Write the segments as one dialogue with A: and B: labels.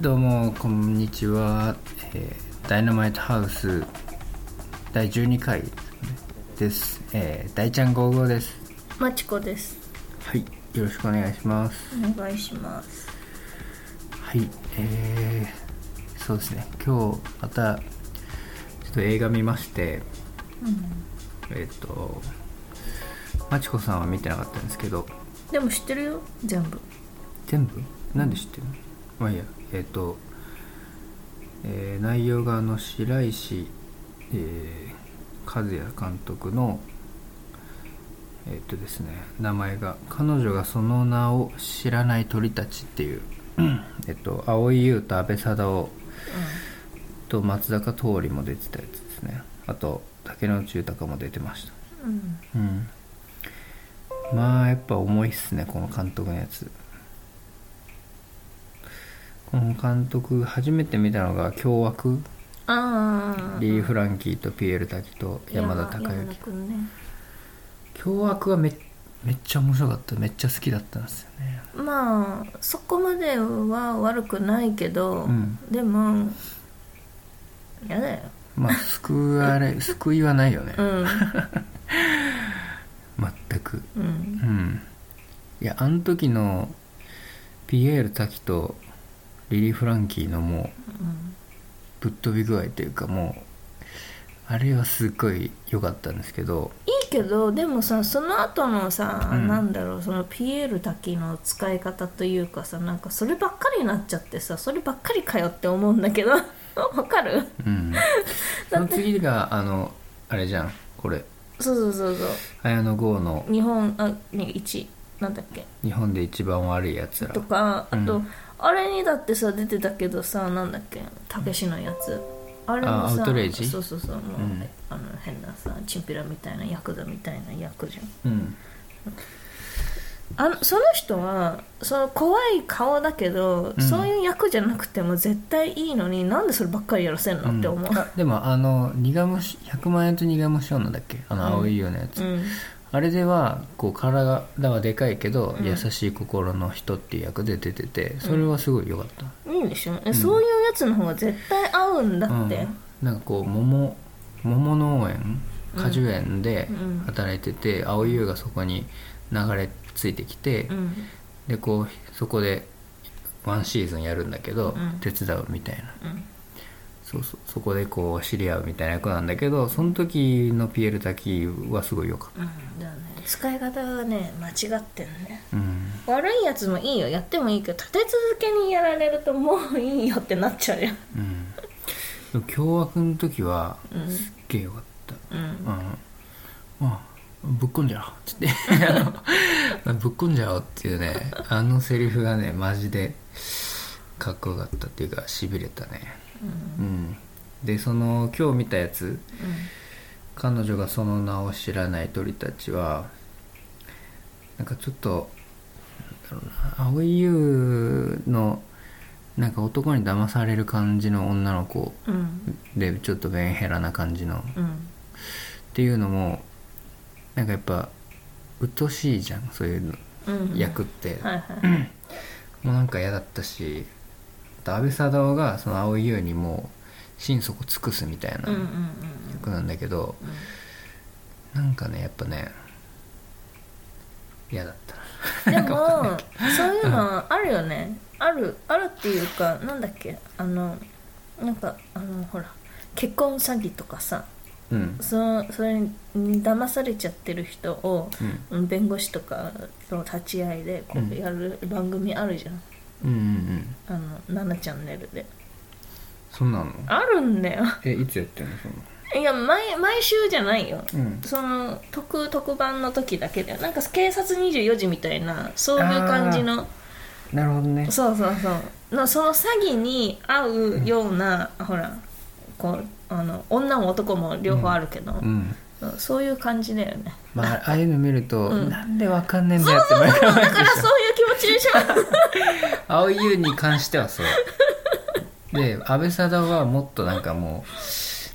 A: どうもこんにちは、えーダイナマイトハウス第12回です、えー大ちゃん55です
B: まちこです
A: はいよろしくお願いします
B: お願いします
A: はいえー、そうですね今日またちょっと映画見ましてえっ、とまちこさんは見てなかったんですけど
B: でも知ってるよ全部
A: 全部なんで知ってるのまあいいやえっ、と、えー内容があの白石、えー和也監督のえっ、とですね名前が「彼女がその名を知らない鳥たち」っていう、えっと蒼井優と阿部サダヲと松坂桃李も出てたやつですねあと竹野内豊も出てました
B: うん
A: うんまあやっぱ重いっすねこの監督のやつこの監督初めて見たのが「凶悪
B: あ」あ
A: リー・フランキーとピエール滝と山田孝
B: 山田
A: 之
B: 君ね
A: 凶悪はめめっちゃ面白かっためっちゃ好きだったんですよね
B: まあそこまでは悪くないけど、
A: うん
B: でもやだよ
A: まあ 救われ救いはないよね
B: うん
A: 全く
B: う
A: うんんいやあの時のピエール滝とリリー・フランキーのもうぶっ飛び具合というかもうあれはすっごい良かったんですけど
B: いいけどでもさその後のさ、
A: うん
B: なんだろうそのピエール滝の使い方というかさなんかそればっかりになっちゃってさそればっかりかよって思うんだけど わかる
A: うん その次があのあれじゃんこれ
B: そうそうそうそう
A: 綾野剛の
B: 日本あね1なんだっけ
A: 「日本で一番悪いやつら
B: と」かあと、
A: う
B: あれにだってさ出てたけどさなんだっけたけしのやつあれも
A: あア
B: さ
A: ウトレイジ
B: そうそうそうもう、
A: うん
B: あの変なさチンピラみたいなヤクザみたいな役じゃん
A: うん
B: あのその人はその怖い顔だけど、
A: うん
B: そういう役じゃなくても絶対いいのになんでそればっかりやらせんの、って思う
A: あでもあの苦虫100万円と苦虫女だっけあの青いようなやつ、
B: うん
A: あれではこう体はでかいけど、
B: うん
A: 優しい心の人っていう役で出ててそれはすごい良かった、
B: いいでしょ、えそういうやつの方が絶対合うんだって、
A: うん、なんかこう桃桃農園果樹園で
B: うん
A: 働いてて、青い優がそこに流れ着いてきて、
B: うん
A: でこうそこでワンシーズンやるんだけど、
B: うん
A: 手伝うみたいな
B: うん
A: そうそうそこでこう知り合うみたいな役なんだけどその時のピエール滝はすごい良かっ
B: うんだよね使い方がね間違ってるね
A: た、うん、
B: 悪いやつもいいよやってもいいけど立て続けにやられるともういいよってなっちゃうよ
A: うん、でも凶悪の時は
B: うん
A: すっげえ良かった
B: うん
A: うん、まあぶっこんじゃおうっつってあの ぶっこんじゃおうっていうねあのセリフがねマジでかっこよかったっていうかしびれたねうんでその今日見たやつ彼女がその名を知らない鳥たちはなんかちょっとなんだろうな蒼井優のなんか男に騙される感じの女の子
B: うんうん
A: でちょっとメンヘラな感じの
B: うん
A: っていうのもなんかやっぱ鬱陶しいじゃんそういうの
B: うん
A: 役って、
B: はいはい
A: もうなんか嫌だったしあと安倍サダヲがその蒼井優にもう心底尽くすみたいな
B: うんうんうん
A: 役なんだけど、なんかねやっぱね嫌だった
B: うんでもそういうのあるよねあるあるっていうかなんだっけあのなんかあのほら結婚詐欺とかさ
A: うん
B: そのそれに騙されちゃってる人を
A: うん
B: 弁護士とかの立ち会いでこ
A: うん
B: うやる番組あるじゃん、
A: うんうんうん
B: あの7チャンネルで
A: そんなの
B: あるんだよ
A: えいつやってんのその
B: いや毎毎週じゃないよ
A: うん
B: その特特番の時だけだよなんか警察24時みたいなそういう感じの
A: なるほどね
B: そうそうそうのその詐欺に合うような、ほらこうあの女も男も両方あるけど、
A: うん
B: そうそういう感じだよ ね
A: まあああいうの見ると、
B: うん
A: なんでわかんねえんだよって毎回思う
B: だからそういう気持ち でしょ
A: 青い優に関してはそうで阿部サダヲはもっとなんかもう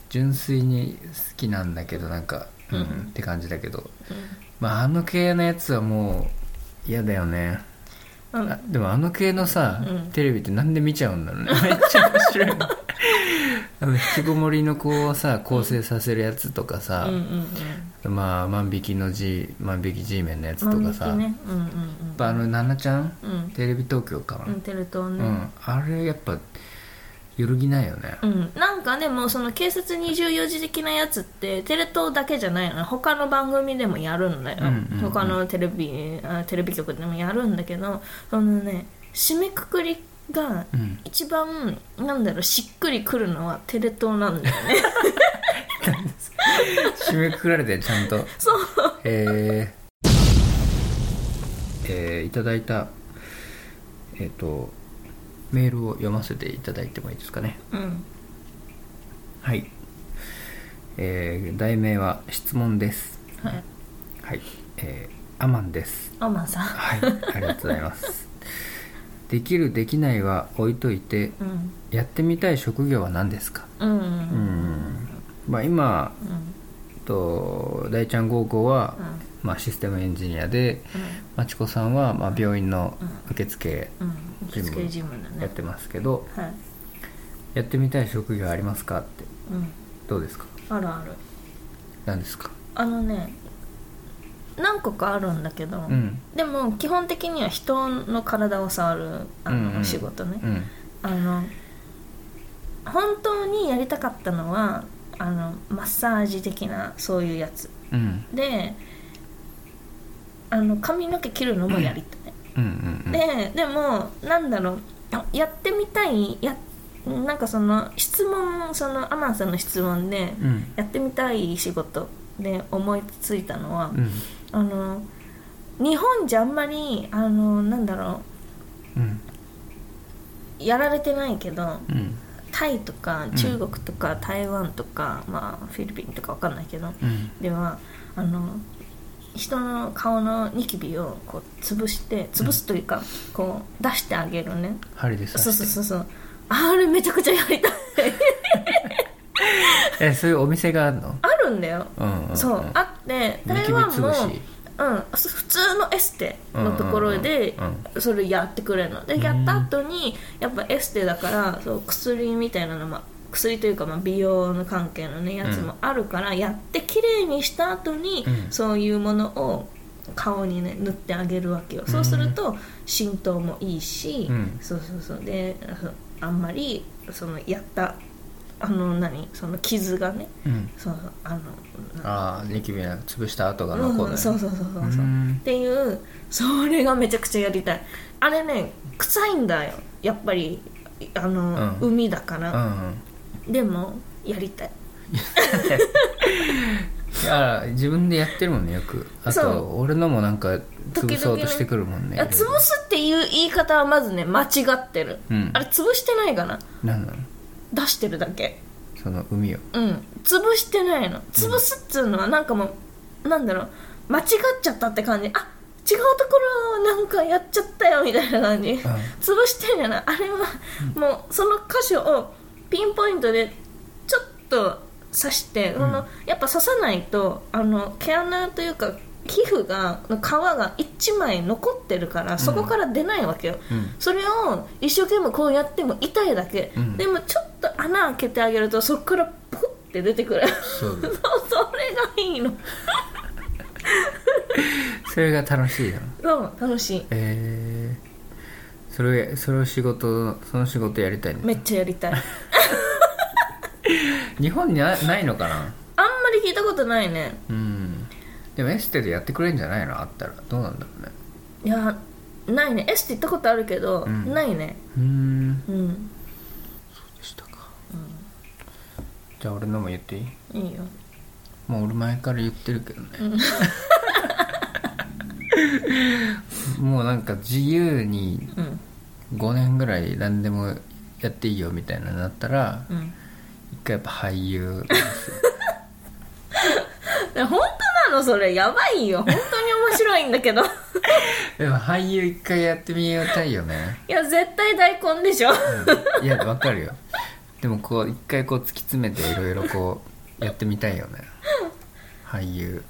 A: 純粋に好きなんだけどなんかうん、
B: うん
A: って感じだけど、
B: うん
A: まあ、あの系のやつはもう嫌だよね
B: うん
A: あでもあの系のさ、
B: うん
A: テレビってなんで見ちゃ うんだろうねめっちゃ面白いあの引きこもりの子をさ構成させるやつとかさ、
B: うんうん
A: まあ万引きの G 万引き G メンのやつ
B: うん
A: と
B: 万
A: か
B: 引
A: さ、
B: き
A: やっ
B: ねうんうんうん
A: ぱあの奈々ちゃん
B: うん
A: テレビ東京かな、
B: うんテレ東ね、
A: うん、あれやっぱ揺るぎないよね、
B: うん、なんかねもうその警察24時的なやつってテレ東だけじゃないの他の番組でもやるんだよ、
A: うんうんうん
B: 他のテレビあテレビ局でもやるんだけどそのね締めくくりが
A: うん、
B: 一番なんだろうしっくりくるのはテレ東なん だよね
A: 締めくくられてちゃん と
B: そう
A: えーえーいただいたえっ、とメールを読ませていただいてもいいですかね
B: うん
A: はいえー題名は質問です
B: はい
A: はいえーアマンです
B: アマンさん
A: はいありがとうございます できるできないは置いといて
B: うん
A: やってみたい職業は何ですか
B: うんう
A: うんんまあ今
B: うん
A: えっと大ちゃん高校は、まあ、システムエンジニアでまちこさんは、まあ、病院の受付
B: うんうん受付事務だ
A: や
B: ね
A: ってますけど、
B: はい
A: やってみたい職業ありますかって
B: うん
A: どうですか
B: あるある
A: 何ですか
B: あのね何個かあるんだけ
A: う
B: ど、
A: ん
B: でも基本的には人の体を触るあの、
A: うんうん
B: 仕事ね、
A: うん
B: あの本当にやりたかったのはあのマッサージ的なそういうやつ
A: うん
B: であの髪の毛切るのもやりたい、
A: うんうんうん
B: ででもなんだろうあやってみたいやなんかその質問そのアマンさんの質問で、
A: うん
B: やってみたい仕事で思いついたのは、
A: うん
B: あの日本じゃあんまりあのなんだろ
A: うん
B: うやられてないけど
A: うん
B: タイとか
A: ん
B: 中国とか台湾とか、まあ、フィリピンとかわかんないけど
A: うん
B: ではあの人の顔のニキビをこう潰して潰すというか、こう出してあげるね
A: 針で刺して
B: そうそうそうそうあれめちゃくちゃやりたい
A: えそういうお店があるの
B: あるんだよ、
A: うんうん、うん、
B: そうあって
A: ニ
B: 台
A: キビ
B: 湾も
A: 潰し
B: うん、そ普通のエステのところで
A: うんうんうん
B: それやってくれるので
A: うん
B: やった後にやっぱエステだからそう薬みたいなのも薬というかまあ美容の関係のねやつもあるから、やってきれいにした後に、
A: うん
B: そういうものを顔にね塗ってあげるわけよそうすると浸透もいいし、
A: うん
B: そうそうそうでそうあんまりそのやったあの何その傷がね
A: うん
B: そうそうあの
A: ああニキビが潰した跡が
B: うん
A: 残る、
B: うんそうそうそうそうそううんっていうそれがめちゃくちゃやりたいあれね臭いんだよやっぱりあの、
A: うん
B: 海だか
A: う
B: ら、
A: んうん
B: でもやりたい
A: いや自分でやってるもんねよくあ
B: そ
A: と
B: う
A: 俺のもなんか
B: 時
A: 潰
B: 々ね
A: そうとしてくるもんね
B: あ潰すっていう言い方はまずね間違ってる、
A: うん
B: あれ潰してないかな
A: なんなの
B: 出してるだけ
A: その海を
B: うん潰してないの潰すっつうのはなんかもうなんだろう間違っちゃったって感じあ違うところをなんかやっちゃったよみたいな感じ、潰してんじゃないあれはもうその箇所をピンポイントでちょっと刺して、
A: ん
B: そのやっぱ刺さないとあの毛穴というか皮膚がの皮が1枚残ってるからそこから出ないわけよ、
A: うん
B: それを一生懸命こうやっても痛いだけ、
A: うん
B: でもちょっと穴開けてあげるとそこからポッて出てくる
A: そうだ
B: そう それがいいの
A: それが楽しいよ
B: うん楽しい
A: えー、それそれを仕事その仕事やりたい
B: め
A: ね
B: っちゃやりたいあん
A: 日本になないのかな
B: まり聞いたことないね
A: うんでもエステでやってくれんじゃないのあったらどうなんだろうね
B: いやないねエステ行ったことあるけど、
A: うん
B: ないね
A: うーん
B: うん
A: でしたか、じゃあ俺のも言っていい
B: いいよ
A: もう俺前から言ってるけどね、 もうなんか自由に
B: うん
A: 5年ぐらい何でもやっていいよみたいなのになったら
B: うん
A: 一回やっぱ俳 優
B: 本当なのそれやばいよ本当に面 白いんだけど
A: でも俳優一回やってみようたいよね、
B: いや絶対大根でしょ
A: いやわかるよでもこう一回こう突き詰めていろいろこうやってみたいよね俳優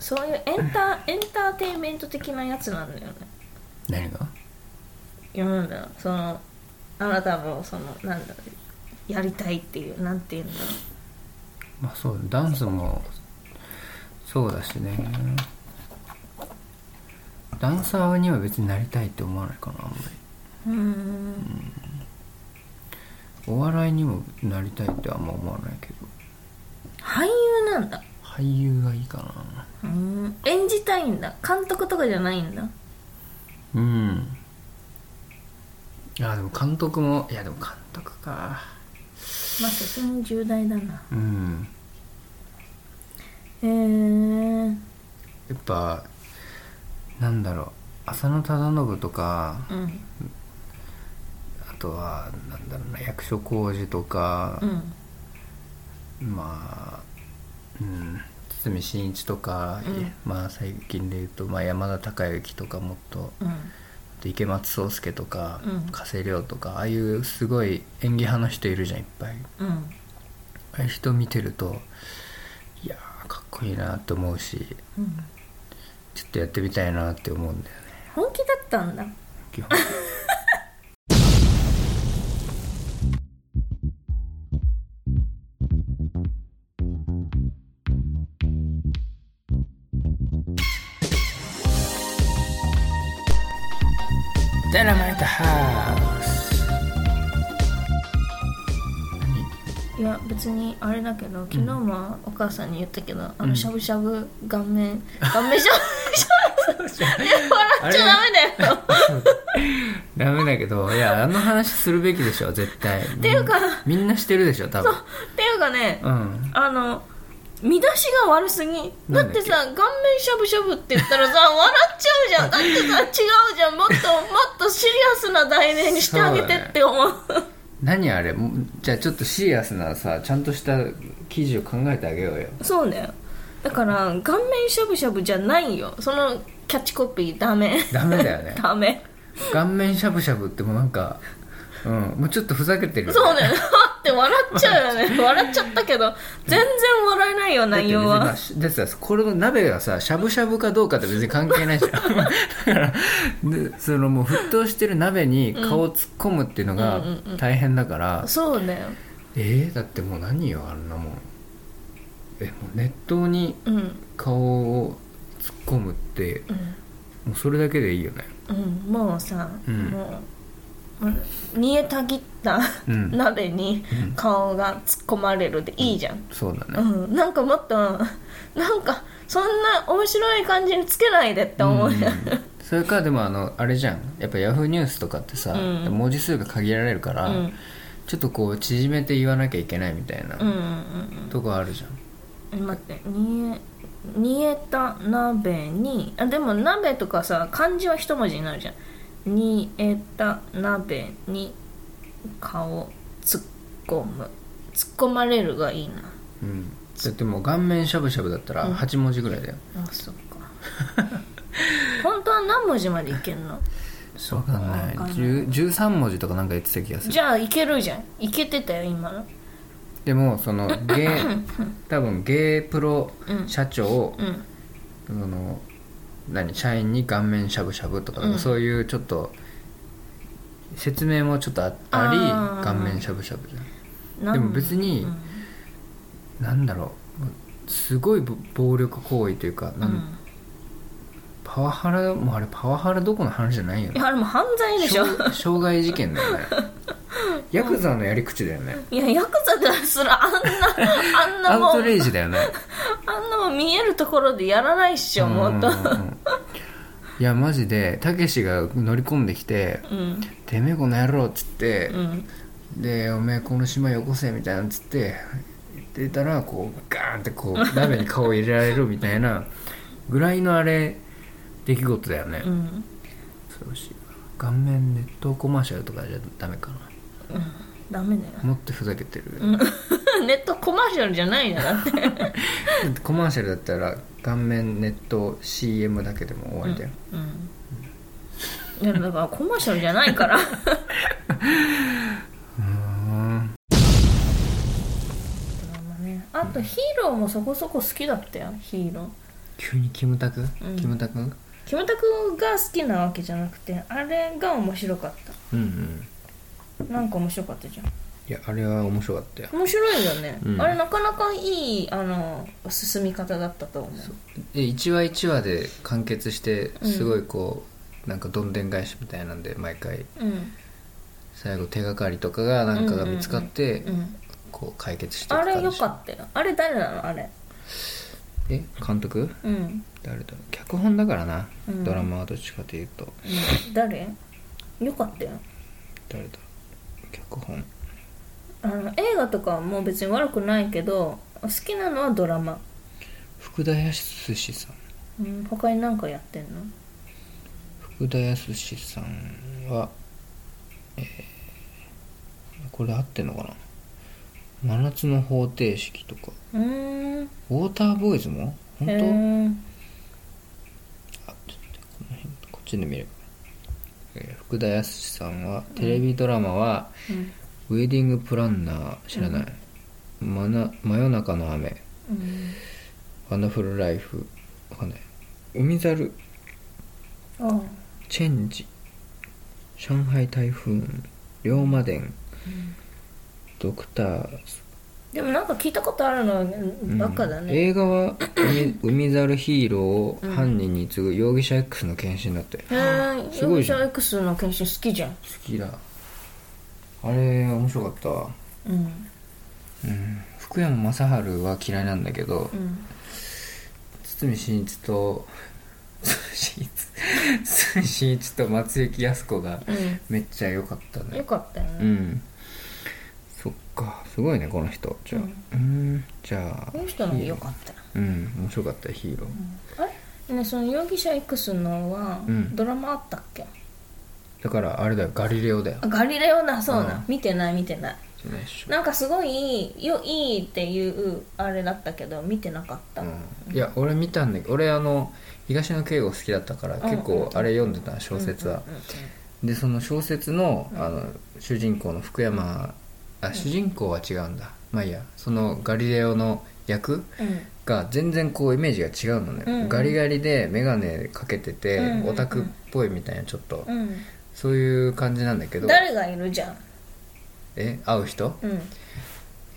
B: そういうエンタエンターテインメント的なやつなんだよね
A: 何が
B: いやなんだろうそのあなたもそのなんだろうやりたいっていうなんていうんだろ
A: まあそうダンスもそうだしねダンサーには別になりたいって思わないかなあんまり
B: ううーん
A: お笑いにもなりたいってあんま思わないけど
B: 俳優なんだ
A: 俳優がいいかな
B: うーん演じたいんだ監督とかじゃないんだ
A: うんいやでも監督もいやでも監督か
B: まあさすがに重大だな
A: うん
B: へえー、
A: やっぱなんだろう浅野忠信とか
B: うん
A: あとはなんだろうな役所広司とか
B: う、ん
A: まあうん堤真一とか、
B: うん
A: いえまあ最近で言うと、まあ、山田孝之とかもっと
B: うん
A: 池松壮亮とか、
B: うん
A: 加瀬亮とかああいうすごい演技派の人いるじゃんいっぱい
B: うん
A: ああいう人見てるといやーかっこいいなと思うし
B: うん
A: ちょっとやってみたいなって思うんだよね
B: 本気だったんだ
A: 基本ダイナマイトハウス
B: いや別にあれだけど昨日もお母さんに言ったけど、あのしゃぶしゃぶ顔面顔面しゃぶしゃぶいや笑っちゃダメだよ
A: ダメだけどいやあの話するべきでしょ絶対って
B: いうか
A: みんなしてるでしょ多分
B: っていうかね
A: うん
B: あの見出しが悪すぎだってさ顔面しゃぶしゃぶって言ったらさ笑っちゃうじゃんだってさ違うじゃんもっともっとシリアスな題名にしてあげてって思う
A: 何あれもうじゃあちょっとシリアスなさちゃんとした記事を考えてあげようよ
B: そうだよだから顔面しゃぶしゃぶじゃないよそのキャッチコピー ダメ
A: ダメだよね
B: ダメ
A: 顔面しゃぶしゃぶってもうなんか、うん、もうちょっとふざけてるよね
B: そうだよだって笑っちゃ うよね笑っちゃったけど全然笑えないよ
A: だって
B: 内
A: 別に
B: 容
A: ま
B: は
A: あしだってさこれの鍋がさしゃぶしゃぶかどうかって別に関係ないじゃんだから でそのもう沸騰してる鍋に顔を突っ込むっていうのが大変だから、
B: そうだよ
A: えー、だってもう何よあんなもんえもう熱湯に
B: うん
A: 顔を突っ込むって
B: うん
A: もうそれだけでいいよね
B: うんもうさ、
A: うん
B: もうもう煮えたぎった
A: うん
B: 鍋に
A: うん
B: 顔が突っ込まれるでいいじゃん、
A: そうだね、
B: うんなんかもっとなんかそんな面白い感じにつけないでって思うよ、
A: それからでもあのあれじゃんやっぱヤフーニュースとかってさ、
B: うん
A: 文字数が限られるから、
B: うん
A: ちょっとこう縮めて言わなきゃいけないみたいな、
B: うんうん
A: とこあるじゃん
B: うん待って煮え煮えた鍋にあでも鍋とかさ漢字は一文字になるじゃん煮えた鍋に顔突っ込む突っ込まれるがいいな
A: うんだってもう顔面しゃぶしゃぶだったら8文字ぐらいだよ、
B: あそっか 本当は何文字までいけんの
A: そうかんない
B: わかんない
A: 10 13文字とかなんか言ってた気がする
B: じゃあいけるじゃんいけてたよ今の
A: でもそのゲ ー多分ゲープロ
B: うん
A: 社長、
B: うん
A: その何社員に顔面しゃぶしゃぶとか、
B: うん
A: そういうちょっと説明もちょっとああり
B: あー
A: 顔面しゃぶしゃぶじゃん
B: なん
A: でも別に
B: うん
A: なんだろうすごいぼ暴力行為というかなん、
B: うん
A: パワハラもうあれパワハラどこの話じゃないよ
B: い
A: ね
B: やあれもう犯罪でしょ
A: 傷傷害事件だよねヤクザのやり口だよね、
B: いやヤクザですらあんなあんな
A: ア
B: も
A: ウトレ
B: ん
A: イジだよね
B: あんなもん見えるところでやらないっしょもっと
A: うんうんうんいやマジでたけしが乗り込んできて
B: うん
A: 「てめえこの野郎」っつって
B: う、ん
A: で「おめえこの島よこせ」みたいなっつって言ってたらこうガーンってこう鍋に顔を入れられるみたいなぐらいのあれ出来事だよね、
B: うん
A: 恐ろしい顔面熱湯コマーシャルとかじゃダメかな
B: ダメだ
A: もっとふざけてる、
B: よ ネットコマーシャルじゃないよだって
A: コマーシャルだったら顔面熱湯 CM だけでも終わりだよ、
B: うんいやだからコマーシャルじゃないから
A: うん
B: あとヒーローもそこそこ好きだったよヒーロー
A: 急にキムタク、
B: うん
A: キムタク
B: キムタクが好きなわけじゃなくてあれが面白かっ
A: うんうん
B: たなんか面白かったじゃん
A: いやあれは面白かったよ
B: 面白いよね、
A: うん
B: あれなかなかいいあの進み方だったと思う
A: で1話1話で完結してすごいこう、なんかどんでん返しみたいなんで毎回
B: うん
A: 最後手がかりとかがなんかが見つかって、
B: うん
A: こう解決してい
B: あ
A: く
B: れ
A: 感
B: 良
A: じ
B: かったよあれ誰なのあれ
A: え監督
B: うん、うん、
A: 誰だ脚本だからな、
B: うん
A: ドラマはどっちかというと
B: 誰良かったよ
A: 誰だ脚本
B: あの映画とかはもう別に悪くないけど好きなのはドラマ、
A: 福田康さん
B: うん、他に何かやってんの
A: 福田康さんは、えーこれ合ってんのかな真夏の方程式とか
B: うーん
A: ウォーターボーイズも本当、
B: へー
A: あちょっとこの辺こっちで見れば、えー福田康さんはテレビドラマは、
B: うん
A: ウェディングプランナー知らない、まな真夜中の雨
B: うん
A: ワンダフルライフわかんない海猿
B: ああ
A: チェンジ上海台風龍馬伝、ドクター
B: でもなんか聞いたことあるのは
A: うん
B: バカだね、
A: 映画は海 海猿ヒーローを犯人に次ぐ容疑者 X の献身だって、
B: へえ
A: すごいじゃん
B: ゃ X の検診好きじゃん
A: 好きだあれ面白かったわ
B: うん
A: 福山雅治は嫌いなんだけど
B: うん
A: 堤真一と堤真一 堤真一と松雪泰子が
B: うん
A: めっちゃ良かった
B: よ
A: ね
B: かったよ
A: う
B: ね、
A: んそっかすごいねこの人じゃあうんじゃあ
B: この人の方がよかったよ
A: うん面白かったヒーロー、
B: あれねその容疑者 X のは
A: うん
B: ドラマあったっけ、
A: だからあれだよガリレオだよ
B: あガリレオなそ
A: う
B: うなん見てない見てない
A: ね一緒
B: なんかすごいよいいっていうあれだったけど見てなかった、
A: うん、いや俺見たんだけど俺あの東野圭吾好きだったから
B: ん
A: 結構あれ読んでた小説は、
B: うんうん
A: でその小説のあの主人公の福山あ主人公は違うんだまあいいやそのガリレオの役が全然こうイメージが違うのね、
B: うんうん
A: ガリガリで眼鏡かけてて、
B: うんうんうん
A: オタクっぽいみたいなちょっと、
B: うんうん
A: そういう感じなんだけど
B: 誰がいるじゃん、
A: え会う人
B: うん、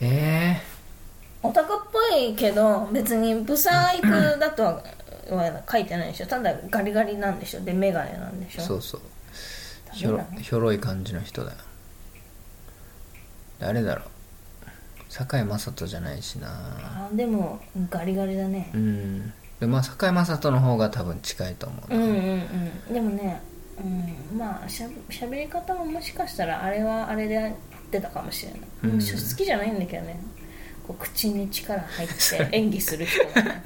A: え
B: オタクっぽいけど別にブサイクだとはは書いてないでしょただガリガリなんでしょで眼鏡なんでし
A: ー、
B: ょ
A: そうそう
B: ダ
A: ひ
B: メ
A: ょ
B: だ
A: ろ
B: ね
A: ひょろい感じの人だよ誰だろう堺雅人じゃないしな
B: あでもガリガリだね
A: うんでまあ堺雅人の方が多分近いと思う
B: うん
A: な、
B: うんうんでもね、うん、まあしゃしゃべり方ももしかしたらあれはあれで合ってたかもしれない、
A: うん
B: もうし好きじゃないんだけどねこう口に力入 って演技する人がね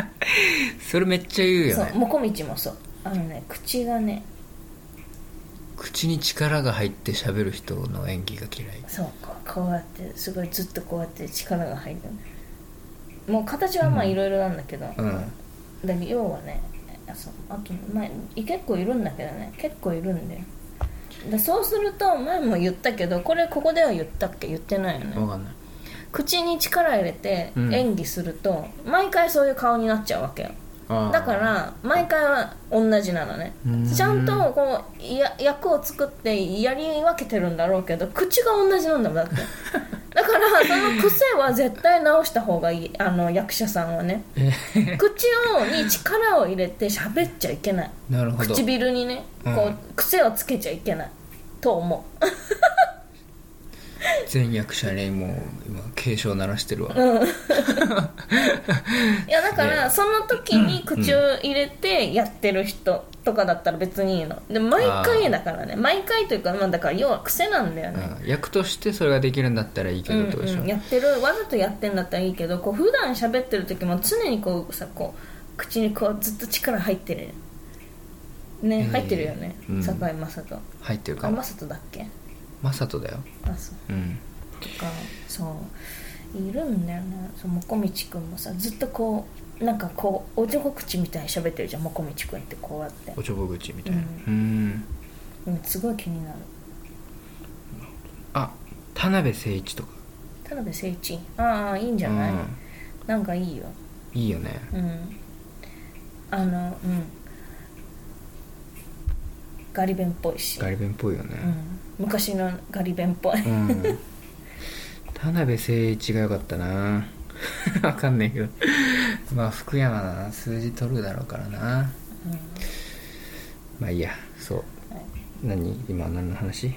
A: それめっちゃ言うよ
B: そう
A: ね
B: もこみちもそうあのね口がね
A: 口に力が入って喋る人の演技が嫌い
B: そうこうこうやってすごいずっとこうやって力が入るもう形はまあいろいろなんだけど、
A: うん
B: だけど要はねあそうあと、まあ、い結構いるんだけどね結構いるんだよでそうすると前も言ったけどこれここでは言ったっけ言ってないよね
A: 分かんない
B: 口に力入れて
A: うん
B: 演技すると、毎回そういう顔になっちゃうわけよ
A: あー
B: だから毎回は同じなのね
A: うーん
B: ちゃんとこうや役を作ってやり分けてるんだろうけど口が同じなんだもんだ ってだからその癖は絶対直した方がいいあの役者さんはね
A: え
B: 口をに力を入れて喋っちゃいけない
A: なるほど
B: 唇にね
A: うん
B: こう癖をつけちゃいけないと思う
A: 全役者にもう今警鐘鳴らしてるわ、
B: いやだからその時に口を入れてやってる人とかだったら別にいいので毎回だからね毎回というかまあだから要は癖なんだよね
A: うん役としてそれができるんだったらいいけどってことでしょ、
B: うんうん、やってるわざとやってんだったらいいけどこう普段喋ってる時も常にこうさこう口にこうずっと力入ってるね、
A: えー
B: 入ってるよね
A: うん
B: 堺雅人
A: 入ってる
B: あ
A: かも
B: 雅人だっけ
A: 雅人だよ
B: あそう
A: うん
B: とかそういるんだよねそうもこみちくんもさずっとこうなんかこうおちょこ口みたいに喋ってるじゃんもこみちくんってこうやって
A: おちょぼ口みたいな
B: う
A: うん
B: うんすごい気になる
A: あ田辺誠一とか
B: 田辺誠一ああいいんじゃない、なんかいいよ
A: うん、いいよね
B: うんあのうんガリ弁っぽいし、
A: ガリ弁っぽいよ
B: う
A: ね
B: ん、昔のガリ弁っぽい、
A: うん田辺誠一が良かったな わかんないけどまあ福山だな数字取るだろうからなまあいいやそう何今何の話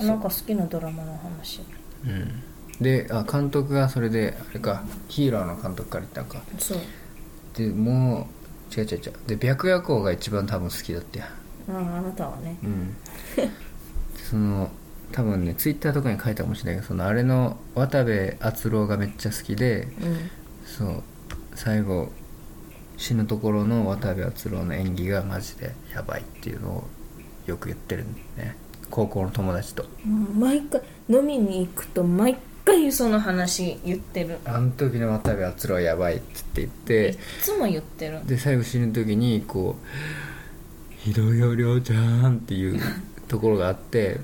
B: うん、なんか好きなドラマの話
A: うんであ監督がそれであれかヒーローの監督から言ったのか
B: そう
A: でもう違う違う違うで白夜行が一番多分好きだって
B: あああなたはね
A: うん その多分ねツイッターとかに書いたかもしれないけどそのあれの渡部篤郎がめっちゃ好きで
B: うん
A: そう最後死ぬところの渡部篤郎の演技がマジでやばいっていうのをよく言ってるんだよね高校の友達と
B: うん毎回飲みに行くと毎回その話言ってる
A: あの時の渡部篤郎やばいって言って
B: いっつも言ってる
A: で最後死ぬ時にこう「ひどいよりょうちゃん」っていうところがあって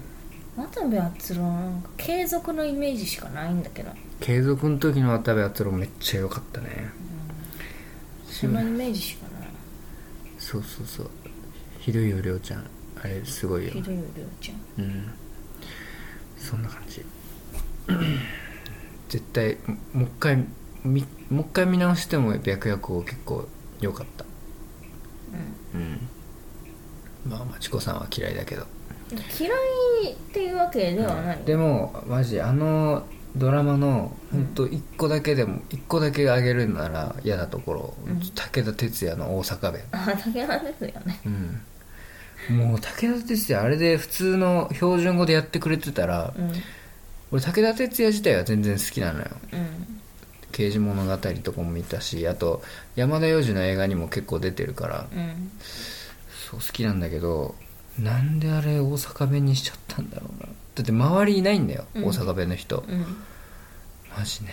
B: 渡部篤郎なんか継続のイメージしかないんだけど
A: 継続の時の渡部篤郎めっちゃ良かったね
B: そのイメージしかない
A: そうそうそう「ひどいよりょうちゃん」あれすごいよ
B: ひどいよりょうちゃん
A: うんそんな感じ 絶対ももう一回みもう一回見直しても白夜行結構良かったうんまあまちこさんは嫌いだけど
B: うん嫌いっていうわけではない、
A: でもマジあのドラマの本当一個だけでも一個だけあげるなら嫌なところ、
B: うん
A: 武田鉄矢の大阪弁、
B: あ竹原ですよね
A: うん、もう武田鉄矢あれで普通の標準語でやってくれてたら
B: うん
A: 俺武田鉄矢自体は全然好きなのよ
B: うん
A: 刑事物語とかも見たしあと山田洋次の映画にも結構出てるから
B: うん
A: そう好きなんだけどなんであれ大阪弁にしちゃったんだろうなだって周りいないんだよ、
B: うん
A: 大阪弁の人、
B: うん
A: マジね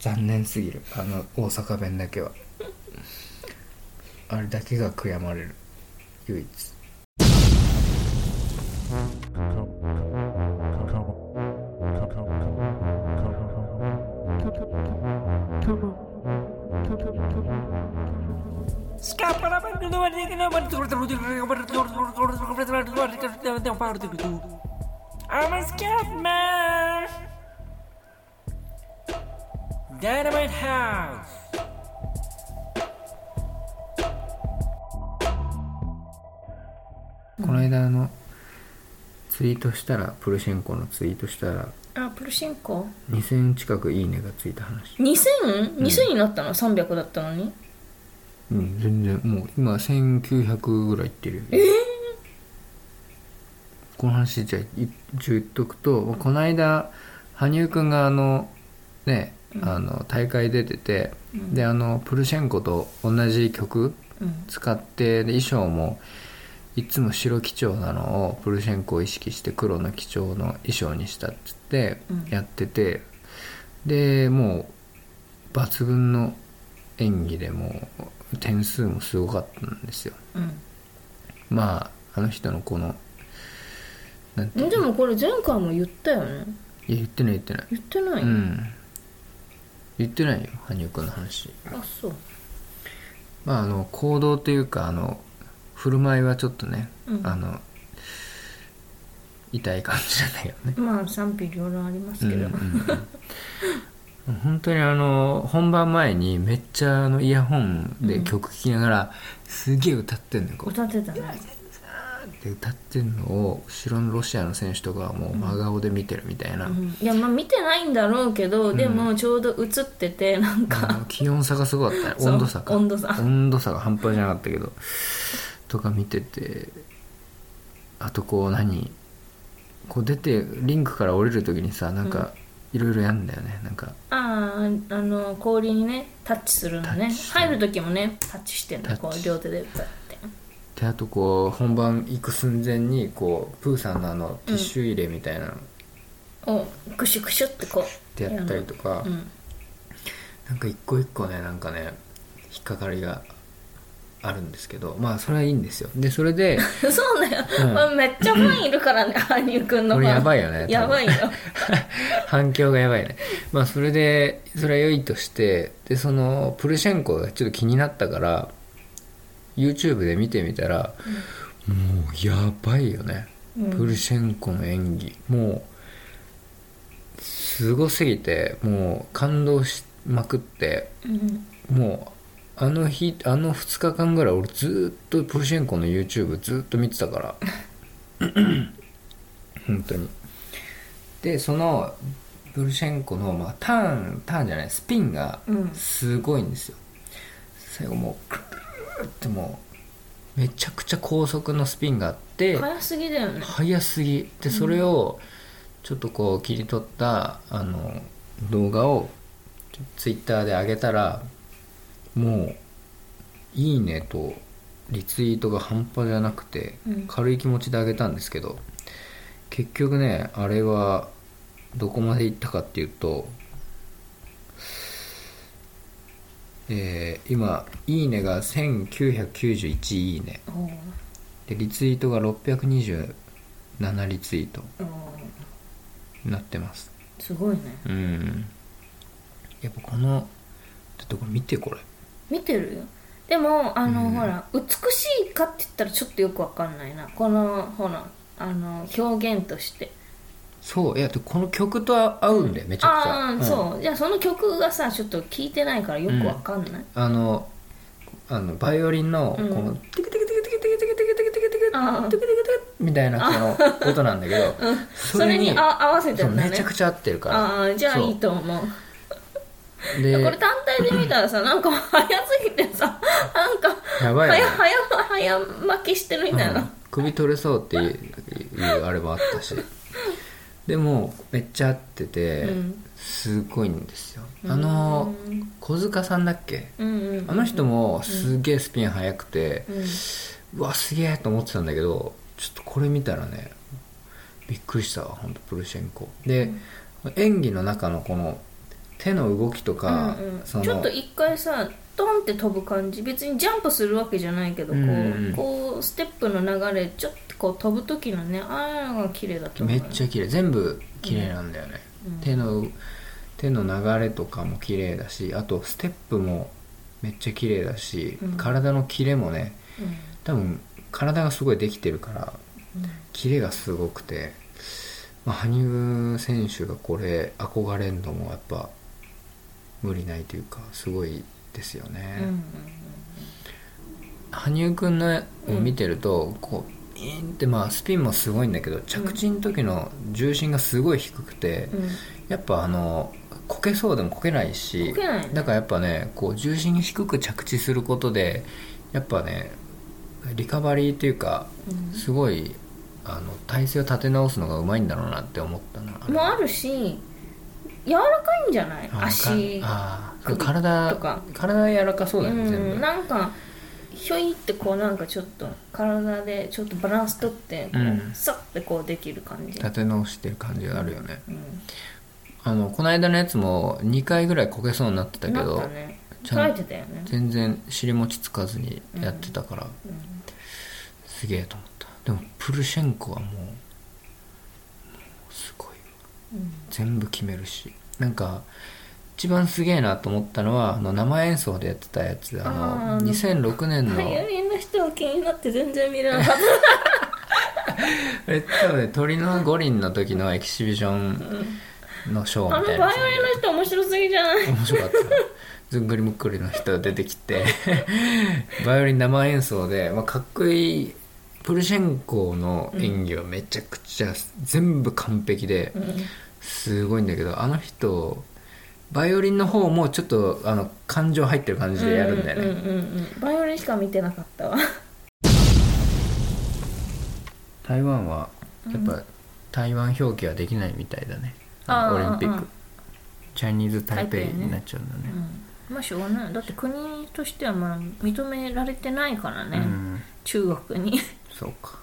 A: 残念すぎるあの大阪弁だけ はあれだけが悔やまれる唯一
C: Skapar apa yang kedua ini kena berturut turut turut turut turut turut turut turut turut turut turut yang baru itu. I'm a Scatman. Dynamite House.
A: この間あのツイートしたらプルシェンコのツイートしたら
B: あプルシンコ
A: 2000近く「いいね」がついた話
B: 2000?2000 になったの300だったのに
A: うん全然もう今1900ぐらいいってるよこの話じゃあい一応言っとくとこの間羽生くんがあのねあの大会出てて、であのプルシェンコと同じ曲
B: うん
A: 使ってで衣装もいつも白基調なのをプルシェンコを意識して黒の基調の衣装にしたっつって
B: うん
A: やってて、でもう抜群の演技でもう点数もすごかったんですよ
B: う
A: まああの人のこのなんてい
B: ん
A: う
B: で
A: の
B: もこれ前回も言ったよね
A: いや言ってない言ってない、
B: 言ってない、
A: うん言ってないよ羽生くんの話
B: あそう
A: まあ、あの行動というかあの振る舞いはちょっとね、
B: うん
A: あの痛い感じなんだけどね。
B: まあ賛否両論ありますけど、
A: うん本当にあの本番前にめっちゃあのイヤホンで曲聴きながら、すげえ歌ってんのよこう
B: 歌ってたね
A: で歌ってんのを後ろのロシアの選手とかはもう真顔で見てるみたいな、
B: うんいやまあ見てないんだろうけど、でもちょうど映っててなん
A: あ
B: か
A: の気温差がすごかったね
B: そう
A: 温度差か
B: 温度差
A: 温度差が半端じゃなかったけどとか見ててあとこう何こう出てリンクから降りる時にさなんかいろいろやんだよねなんか
B: あああの氷にねタッチするの
A: タッ
B: ね
A: チする
B: 入る時もねタッチしてん
A: タッ
B: の
A: チ
B: こう両手で歌って
A: であとこう本番行く寸前にこうプーさんのあのティッシュ入れみたいなのっ
B: をクシュクシュってこう
A: てやったりとか、
B: やるのうん
A: なんか一個一個ねなんかね引っかかりがあるんですけどまあそれはいいんですよでそれ で
B: そうだよ、
A: うん
B: まあめっちゃファンいるからね羽生くんの
A: こ
B: ファン
A: れやばいよね多分
B: やばいよ
A: 反響がやばいねまあそれでそれは良いとしてでそのプルシェンコがちょっと気になったから YouTube で見てみたら、もうやばいよね、
B: うん
A: プルシェンコの演技もうすごすぎてもう感動しまくって
B: うん
A: もうあの日あの2日間ぐらい俺ずーっとプルシェンコの YouTube ずーっと見てたから 本当にでそのプルシェンコの、まあ、ターンターンじゃないスピンが
B: うん
A: すごいんですよ、最後もうクルーってもうめちゃくちゃ高速のスピンがあって
B: 早すぎだよね
A: 早すぎでそれをちょっとこう切り取ったあの動画をツイッターで上げたらもう「いいね」とリツイートが半端じゃなくて
B: うん
A: 軽い気持ちで上げたんですけど結局ねあれはどこまでいったかっていうとえー今「いいね」が1991いいね
B: おー
A: でリツイートが627リツイート
B: おー
A: になってます
B: すごいね
A: うんやっぱこのちょっとこれ見てこれ
B: 見てるよでもあの、
A: うん
B: ほら美しいかって言ったらちょっとよくわかんないなこのほらあの表現として
A: そういやでこの曲と合うんだよ、めちゃくちゃ
B: ああ、
A: ん
B: そうじゃあその曲がさちょっと聞いてないからよくわかんない、
A: あのあのバイオリンのこ
B: うん
A: のテクテクテクテクテクテクテクテクテクテク
B: ああ
A: テクテクテクみたいなこの音なんだけど、
B: それにあ合わせて
A: そう
B: るんだ
A: め
B: ね
A: ちゃくちゃ合ってるから
B: ああじゃあ
A: そう
B: いいと思う
A: で
B: これ単体で見たらさなんか早すぎて さなんか
A: やばいよね
B: 早早早負けしてるみたいな、
A: うん首取れそうっていういうあれもあったしでもめっちゃ合ってて、
B: うん
A: すごいんですよあの小塚さんだっけ
B: うんうん
A: あの人もすげえスピン速くて、
B: うん
A: うわすげえと思ってたんだけどちょっとこれ見たらねびっくりしたわ本当プルシェンコで、演技の中のこの手の動きとか、
B: うんうん
A: その
B: ちょっと一回さドンって飛ぶ感じ別にジャンプするわけじゃないけどこう,、
A: うんうん
B: こうステップの流れちょっとこう飛ぶ時のねああが綺麗だと思う
A: めっちゃ綺麗全部綺麗なんだよね、手の手の流れとかも綺麗だしあとステップもめっちゃ綺麗だし、
B: うん
A: 体のキレもね多分体がすごいできてるからキレがすごくて、まあ、羽生選手がこれ憧れるのもやっぱ無理ないというかすごいですよね、
B: うんうん
A: 羽生くんのを
B: うん
A: 見てると、こうピーンってまあスピンもすごいんだけど着地の時の重心がすごい低くて、
B: うんうん
A: やっぱあのこけそうでもこけないし
B: こけないね
A: だからやっぱねこう重心低く着地することでやっぱねリカバリーというか
B: うん
A: すごいあの体勢を立て直すのがうまいんだろうなって思ったなあれ
B: もあるし柔らかいんじゃない
A: あ
B: 足
A: あー
B: 首
A: 体
B: とか
A: 体が柔らかそうだよね全
B: う
A: 部
B: んなんかひょいってこうなんかちょっと体でちょっとバランス取ってこ
A: うん
B: うさってこうできる感じ、
A: 立て直してる感じがあるよね
B: うん、
A: あのこの間のやつも2回ぐらいこけそうになってたけ
B: なっ
A: ど
B: たね
A: ちゃ
B: 捉
A: ん
B: えてたよね
A: 全然尻餅つかずにやってたから、すげえと思ったでもプルシェンコはもうもうすごいわ全部決めるしなんか一番すげえなと思ったのはあの生演奏でやってたやつあの
B: あー
A: 2006年の
B: 俳優みんな人は気になって全然見れなかっ
A: え多分ね鳥の五輪の時のエキシビションのショ
B: た
A: ー
B: あ
A: み
B: の
A: た
B: バイ
A: い
B: オ
A: な
B: リ
A: やつ
B: ンの人面白すぎじゃない
A: 面白かったずんぐりむっくりの人が出てきてバイオリン生演奏で、まあ、かっこいいプルシェンコの演技はめちゃくちゃ全部完璧で、すごいんだけどあの人バイオリンの方もちょっとあの感情入ってる感じでやるんだよね、
B: うんうんうんうんバイオリンしか見てなかったわ
A: 台湾はやっぱ台湾表記はできないみたいだね、あのオ
B: あー
A: リンピック
B: あ
A: チャイニーズ台北
B: 台北ね
A: になっちゃうんだね
B: まあしょうがないだって国としてはまあ認められてないからね、
A: うん
B: 中国に
A: そうか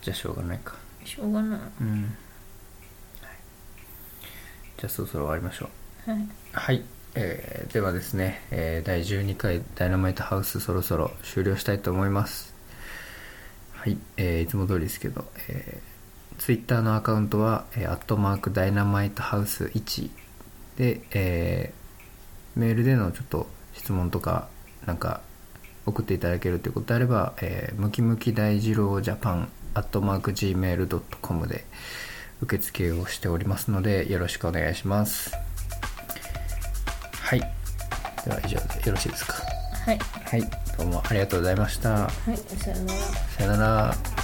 A: じゃあしょうがないか
B: しょうがない
A: うん、はい、じゃあそろそろ終わりましょう
B: はい
A: はい、えーではですね、えー第12回「ダイナマイトハウス」そろそろ終了したいと思いますはい、えーいつも通りですけど、えー、Twitter のアカウントは「えーアットマークダイナマイトハウス1」で、えーメールでのちょっと質問とかなんか送っていただけるということであれば、えームキムキ大二郎ジャパンアットマーク Gmail.com で受付をしておりますのでよろしくお願いしますはいでは以上でよろしいですか
B: はい
A: はいどうもありがとうございました
B: はいさよなら
A: さよなら